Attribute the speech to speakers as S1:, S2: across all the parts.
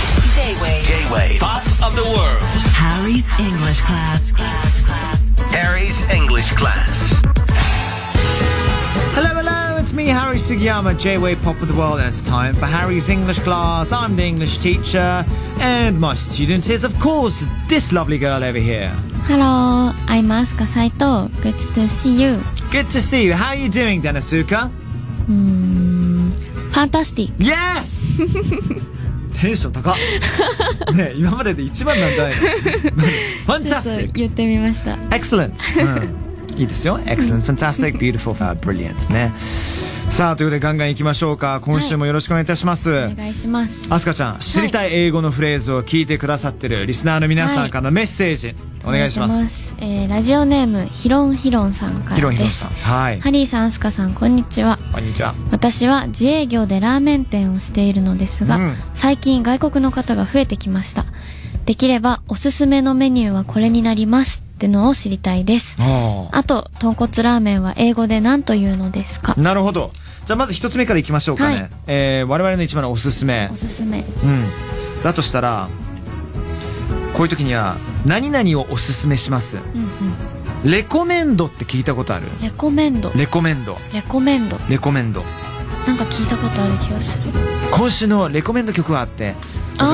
S1: J-Wave.
S2: J-Wave. Pop of the world.
S3: Harry's English class.
S2: Harry's English class.
S4: Hello, hello, it's me, Harry Sugiyama, J-Way Pop of the World, and it's time for Harry's English class. I'm the English teacher, and my student is, of course, this lovely girl over here.
S5: Hello, I'm Asuka Saito. Good to see you.
S4: Good to see you. How are you doing, Denisuka?
S5: Fantastic.
S4: Yes! テンション高っねえ今までで一番なんじゃないの Fantastic!
S5: 言ってみました。
S4: Excellent! うん、いいですよ。Excellent, fantastic, beautiful, uh, brilliant ね。さあ、ということでガンガン行きましょうか。今週もよろしくお願いいたします。
S5: お願いします。
S4: アスカちゃん、知りたい英語のフレーズを聞いてくださってるリスナーの皆さんからのメッセージ、お願いします。。
S5: えー、ラジオネームヒロンヒロンさんからです。
S4: ヒロヒロさん。はい。
S5: ハリーさん、アスカさん、こんにちは。
S4: こんにちは。
S5: 私は自営業でラーメン店をしているのですが、
S4: うん
S5: 最近外国の方が増えてきました。できればおすすめのメニューはこれになりますってのを知りたいです。
S4: おー
S5: あと、豚骨ラーメンは英語で何というのですか
S4: なるほど。じゃあまず一つ目からいきましょうかね。
S5: はい
S4: えー、我々の一番のおすすめ
S5: お。すすめ。
S4: うん。だとしたら、こういう時には、何々をおすすめします。
S5: うんうん。
S4: レコメンドって聞いたことある
S5: レコメンド。
S4: レコメンド。
S5: レコメンド。
S4: レコメンド。
S5: なんか聞いたことある気がする。
S4: 今週のレコメンド曲はあって、おそら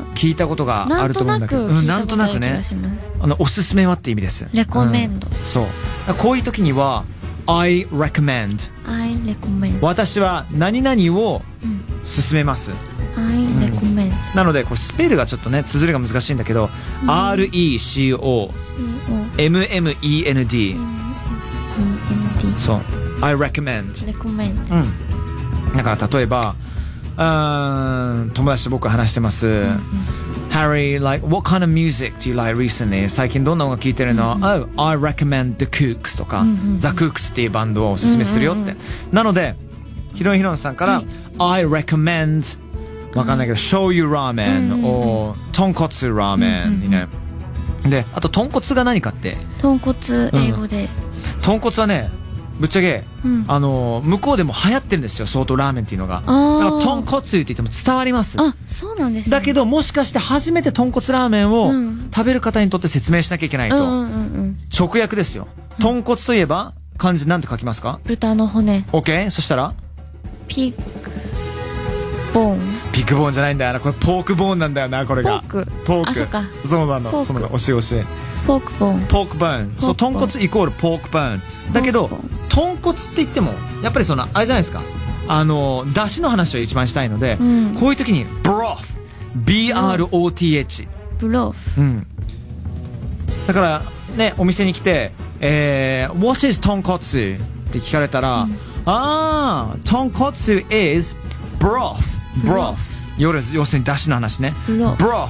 S5: あ
S4: く聞いたことが
S5: あ。な
S4: あ
S5: ん
S4: ると
S5: と
S4: 思うんだ
S5: なく
S4: けど、う
S5: 聞
S4: ん
S5: い
S4: な
S5: た
S4: ん
S5: こととあ
S4: な
S5: る
S4: く
S5: 気
S4: ね
S5: が。します。
S4: あのおすすめはって意味です
S5: レコメンド。
S4: そうこういう時には I recommend
S5: I recommend.
S4: 私は何々を
S5: うん
S4: 勧めます
S5: I recommend.
S4: なのでこうスペルがちょっとね綴りが難しいんだけど、RECOMMEND
S5: C-O-E-N-D.
S4: そう I recommend
S5: レコメンド。
S4: うんだから例えばうーん友達と僕話してます、Harry, like, what kind of music do you like recently? 最近どんな音楽聴いてるの、?Oh, I recommend The Kooks とか、The Kooks っていうバンドをおすすめするよって。なので、ヒロンヒロンさんから、I recommend わかんないけど、醤油ラーメン、or 豚骨ラーメンにね。で、あと豚骨が何かって、
S5: 豚骨英語で。
S4: 豚骨はね、ぶっちゃけ、
S5: うん
S4: あの向こうでも流行ってるんですよ相当ラーメンっていうのがだか
S5: ー
S4: ら豚骨って言っても伝わります
S5: あ、そうなんですね。
S4: だけ
S5: ど、
S4: どもしかして初めて豚骨ラーメン
S5: う
S4: を
S5: ん
S4: 食べる方にとって説明しなきゃいけない
S5: うん
S4: と、
S5: うんうんうん。
S4: 直訳ですよ豚骨といえば漢字なんて書きますか
S5: 豚の骨。
S4: OK そしたら
S5: ピッグ。ボーン。
S4: ピッグボーンじゃないんだよなこれポークボーンなんだよなこれが
S5: ポーク
S4: ポーク
S5: あそっか
S4: そうな
S5: ポー
S4: の
S5: ク
S4: その押し押し
S5: ポークボーン。
S4: ポークバーンそう
S5: ポー
S4: 豚
S5: クバーン
S4: 骨イコールポークバーンだけど
S5: ポーク
S4: 豚骨って言ってもやっぱりそのあれじゃないですかあの出汁の話を一番したいので、
S5: うん
S4: こういう時に broth B-R-O-T-H、
S5: ブロー
S4: うん、だからねお店に来て「えー、What is 豚骨?」って聞かれたら「ああ豚骨 is broth broth 要す要するに出汁の話ね
S5: Broth
S4: broth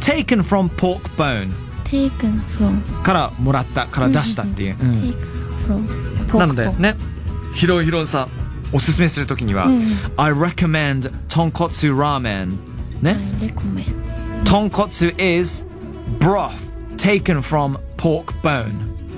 S4: taken from pork bone
S5: taken from.
S4: からもらったから出したっていう、うん
S5: take from. ポークボーン
S4: なので。ねひろひろさんおすすめするときには、
S5: うん
S4: I recommend 豚骨ラーメンね、
S5: I recommend.
S4: 豚骨 is broth taken from pork bone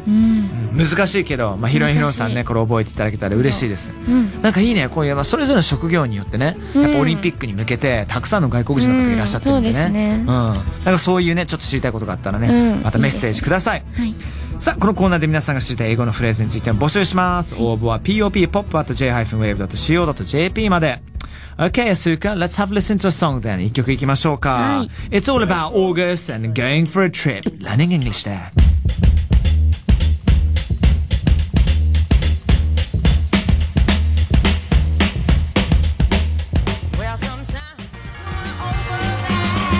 S4: うん難しいけど、まあ、ヒロインヒロンさん
S5: 難
S4: ね
S5: しい
S4: これ覚えていただけたら嬉しいです、
S5: うん
S4: なんかいいねこういう、まあ、それぞれの職業によってねやっぱオリンピックに向けてたくさんの外国人の方がいらっしゃってるんでね,、
S5: うんそうですね
S4: んなんかそういうねちょっと知りたいことがあったらね、
S5: うん
S4: またメッセージください
S5: はい。
S4: さあこのコーナーで皆さんが知りたい英語のフレーズについても募集します応募は poppop.j-wave.co.jp まで Okay, Asuka, let's have a listen to a song then. 一曲いきましょうか。
S5: はい
S4: It's all about August and going for a trip. Learning English there.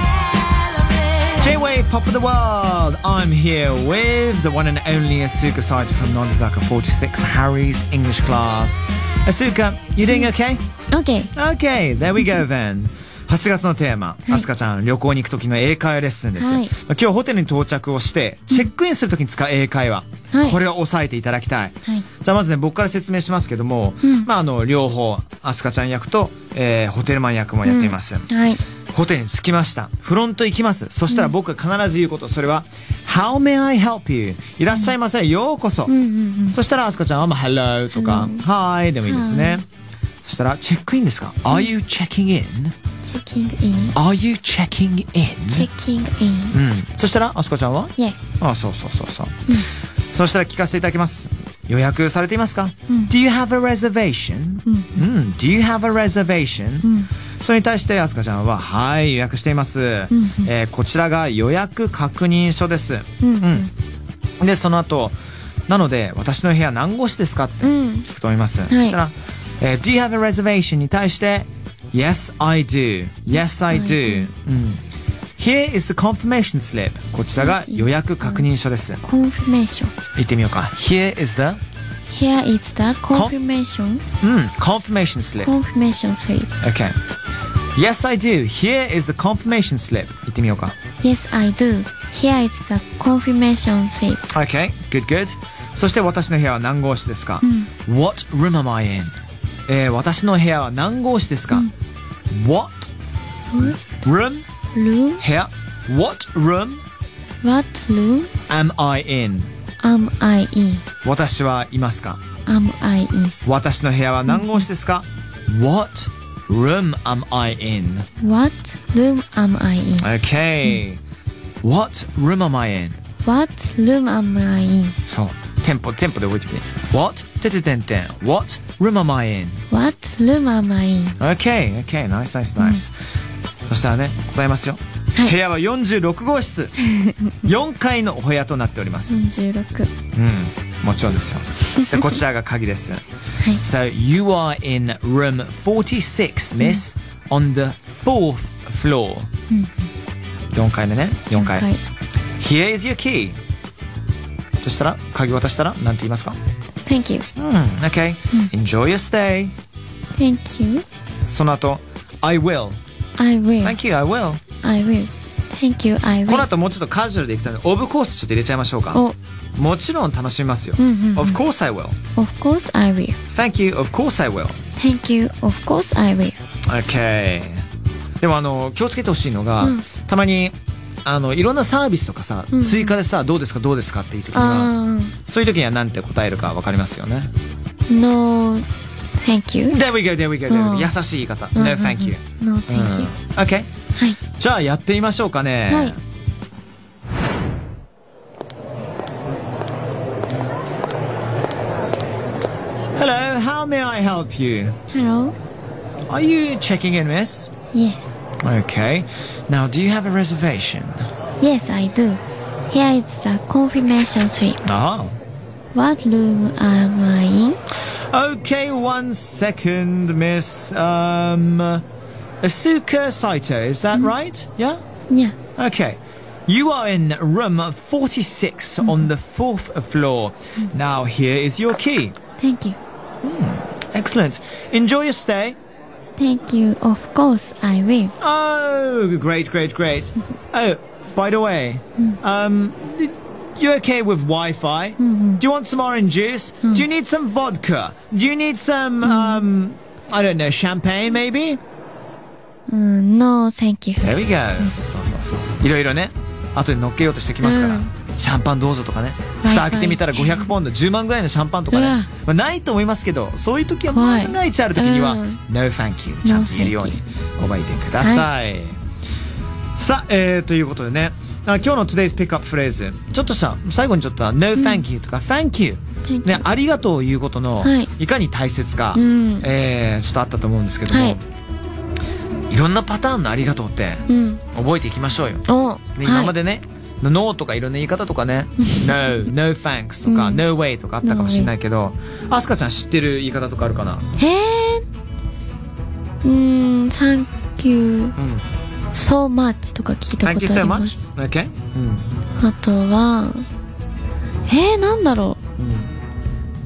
S1: あ
S4: J-Wave Pop of the World. I'm here with the one and only Asuka Saito from Nondizaka 46, Harry's English class. Asuka, you doing okay?
S5: OK。
S4: Okay, there we go then. 8月のテーマ、アスカちゃん、旅行に行く時の英会話レッスンですよ。
S5: はい
S4: 今日ホテルに到着をして、チェックインする時に使う英会話。
S5: はい
S4: これを押さえていただきたい。
S5: はい
S4: じゃあまずね、僕から説明しますけども、まああの、両方、アスカちゃん役と、えーホテルマン役もやっています。
S5: はい。
S4: ホテルに着きました。フロント行きます。そしたら僕が必ず言うこと、それは、How may I help you? いらっしゃいませ、ようこそ。
S5: うんうんうん。
S4: そしたら、あすかちゃんは、まあ、Hello とか、Hi でもいいですね。そそしたら、チェックインですか ?Are you checking in?Are
S5: チェッキングイン
S4: you checking
S5: チェ
S4: in?
S5: ッキングイン
S4: うん。そしたら、あすかちゃんは
S5: Yes
S4: あそうそうそうそう、そしたら聞かせていただきます予約されていますか、
S5: うん
S4: Do you have a reservation?、
S5: うん
S4: うん、Do you have a reservation?、
S5: ん
S4: それに対してあすかちゃんは「はい予約しています」
S5: んうん
S4: えーこちらが予約確認書です」
S5: うん
S4: うんでその後なので私の部屋何号室ですかって
S5: うん
S4: 聞くと思います、そしたら、えー Do you have a reservation?」に対して「Yes, I do. Yes, I
S5: I
S4: do.
S5: do.」
S4: うん、Here is the confirmation slip. こちらが予約確認書です。
S5: コンフィメーション
S4: 行ってみようか。Here is the
S5: Here is the confirmation
S4: うん confirmation slip.
S5: confirmation slip
S4: Okay. Yes, I do. Here is the confirmation slip. 行ってみようか。
S5: Yes I do Here is the confirmation slip
S4: Okay. Good, good. そして私の部屋は何号室ですか、?What room am I in? えー、私の部屋は何号室ですか、?What room?
S5: Room
S4: 部屋 ?What room
S5: What room
S4: am I in?
S5: am I in
S4: 私はいますか
S5: am I in
S4: 私の部屋は何号室ですか、?What room am I in?
S5: What room am I in
S4: Okay. What room am I in?
S5: What room am I in
S4: そう。テンポ、テンポで覚えてみて。What? てててんてん。What room am I in?
S5: What room am I in
S4: Okay, okay. Nice, nice, nice. そしたらね、答えますよ。
S5: はい
S4: 部屋は46号 室。4階のお部屋となっております。
S5: 36
S4: うん。もちろんですよ。でこちらが鍵です。
S5: はい
S4: So, you are in room 46, miss, on the fourth floor. 4階でね、4階。
S5: はい
S4: Here is your key. そしたら、鍵渡したら、なんて言いますか
S5: Thank you
S4: うん、Okay. Enjoy your stay.
S5: Thank you
S4: その後、I will.
S5: I will
S4: Thank you, I will.
S5: I will Thank you I
S4: この
S5: will Oh,
S4: 後もうちょっとカジュアルでいくために、オブコースちょっと入れちゃいましょうか。
S5: お
S4: もちろん楽しみますよ。
S5: うんうんうん
S4: Of course I will.
S5: Of course I will
S4: Thank you, of course I will.
S5: Thank you Of course I will
S4: Okay. でもあの、気をつけてほしいのが、
S5: うん
S4: たまに、あの、いろんなサービスとかさ、
S5: うんうん
S4: 追加でさ、どうですかどうですかっていう時には、
S5: あ
S4: そういう時にはなんて答えるかわかりますよね。
S5: ー No Thank you
S4: There we go, there we go, there we go.
S5: うん
S4: 優しい言い方。
S5: うん
S4: No, thank you.
S5: うん No
S4: うん
S5: thank you
S4: Okay.
S5: はい
S4: じゃあやってみましょうかね。
S5: はい
S4: Hello, how may I help you?
S5: Hello
S4: Are you checking in, miss?
S5: Yes
S4: Okay. Now, do you have a reservation?
S5: Yes I do Here is the confirmation slip
S4: Oh.
S5: What room am I in?
S4: Okay, one second, miss. Um. Asuka Saito, is that right? Yeah?
S5: Yeah
S4: Okay. You are in room 46 on the fourth floor. Now, here is your key.
S5: Thank you
S4: Excellent. Enjoy your stay.
S5: Thank you Of course I will
S4: Oh, great, great, great. Oh, by the way, um, d- you okay with Wi Fi? Do you want some orange juice? Do you need some vodka? Do you need some, um, I don't know, champagne maybe?
S5: うん No thank you
S4: There we go. そうそうそう。いろいろね、後で乗っけようとしてきますから、
S5: うん
S4: シャンパンどうぞとかね、
S5: はい
S4: 蓋開けてみたら500ポンド、10万ぐらいのシャンパンとかね、
S5: うわ
S4: まあ、ないと思いますけど、そういう時は
S5: はい
S4: 万が一ある時には、
S5: うん
S4: No thank you ちゃんと言えるように
S5: No
S4: 覚えてください。さあ、えー、ということでね、あ今日の Today's Pickup フレーズ、ちょっとした、最後にちょっと、No thank you とか、Thank you。
S5: Thank you
S4: ね、ありがとういうことの、
S5: はい
S4: い、かに大切か、
S5: うん
S4: えーちょっとあったと思うんですけども、
S5: はい
S4: い、ろんなパターンのありがとうって、
S5: うん
S4: 覚えていきましょうよ。ね、
S5: おはい
S4: 今までね、No とかいろんな言い方とかね、No, No thanks とか、
S5: うん
S4: No way とかあったかもしれないけど、アスカちゃん知ってる言い方とかあるかな
S5: へえうん Thank you
S4: うん。
S5: so much とか聞いた
S4: Thank
S5: こ
S4: you
S5: とあ
S4: so
S5: ります
S4: much. Okay? うん。
S5: あとはえー、なんだろう
S4: うん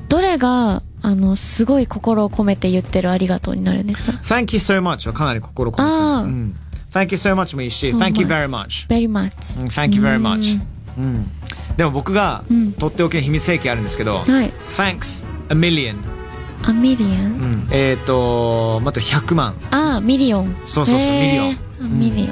S5: どれがあのすごい心を込めて言ってるありがとうになるんですか
S4: Thank you so much はかなり心込めてる
S5: あー
S4: うん。Thank you so much もいいし、
S5: So
S4: Thank you
S5: much
S4: very much.
S5: Very much
S4: うん Thank you very much. うん。でも僕が
S5: うん、
S4: とっておきの秘密兵器あるんですけど、
S5: はい
S4: Thanks a million.
S5: あミリオン
S4: うんえっと、あと100万。
S5: あミリオン
S4: そうそうそう
S5: へー
S4: ミ
S5: ミ
S4: リ
S5: リオン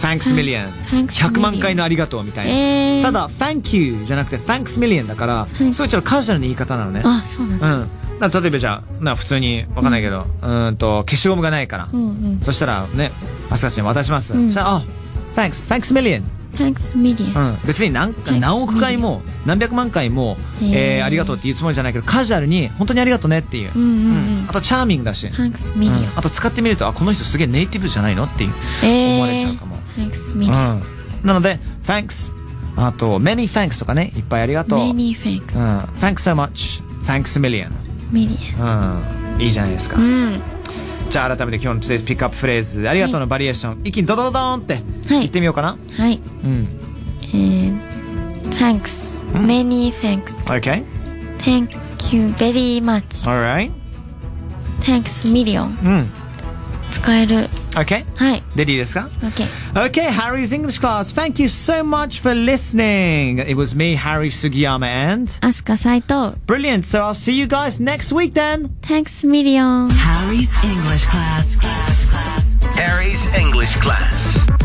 S4: Thanks million.
S5: Thanks
S4: 100万
S5: million
S4: 回のありがとうみたいな。
S5: えー、
S4: ただ、thank you じゃなくて thanks million だから、
S5: い
S4: そういうちょっとカジュアルな言い方なのね。
S5: あそうなん
S4: う
S5: だ
S4: ん。な例えばじゃあな普通にわかんないけど、うーんと消しゴムがないから、
S5: うんうん。
S4: そしたらねパスカチに渡します、
S5: うん
S4: そしたら「あ Thanks Thanks million」
S5: Thanks million.
S4: うん、別に何
S5: Thanks
S4: 何億回も何百万回も、え
S5: へ
S4: ー
S5: ー
S4: ありがとうって言うつもりじゃないけどカジュアルに本当にありがとうねっていう、
S5: うんうんうん
S4: あ。とチャーミングだし、
S5: Thanks
S4: うん
S5: million.
S4: あと使ってみるとあこの人すげえネイティブじゃないのっていう、
S5: え
S4: 思われちゃうかも
S5: Thanks
S4: うん
S5: million.
S4: なので「Thanks」あと「Many thanks」とかねいっぱいありがとう
S5: Many
S4: う
S5: thanks.
S4: ん、Thanks so much Thanks a million
S5: Million.
S4: うんいいじゃないですか、
S5: うん。
S4: じゃあ改めて今日の Today's Pickup フレーズありがとうのバリエーション、一気にドドドドーンって
S5: はい
S4: 言ってみようかな、
S5: はい。
S4: うん
S5: えー、Thanks. Many thanks.
S4: OK
S5: Thank you very much.
S4: alright
S5: Thanks million.
S4: うん
S5: 使える。
S4: OK
S5: はい。
S4: でいいですか
S5: OK.
S4: Okay, Harry's English class. Thank you so much for listening. It was me, Harry Sugiyama, and
S5: アスカ斎藤。
S4: brilliant. So I'll see you guys next week then.
S5: Thanks million.
S3: Harry's English class.
S2: Harry's English class.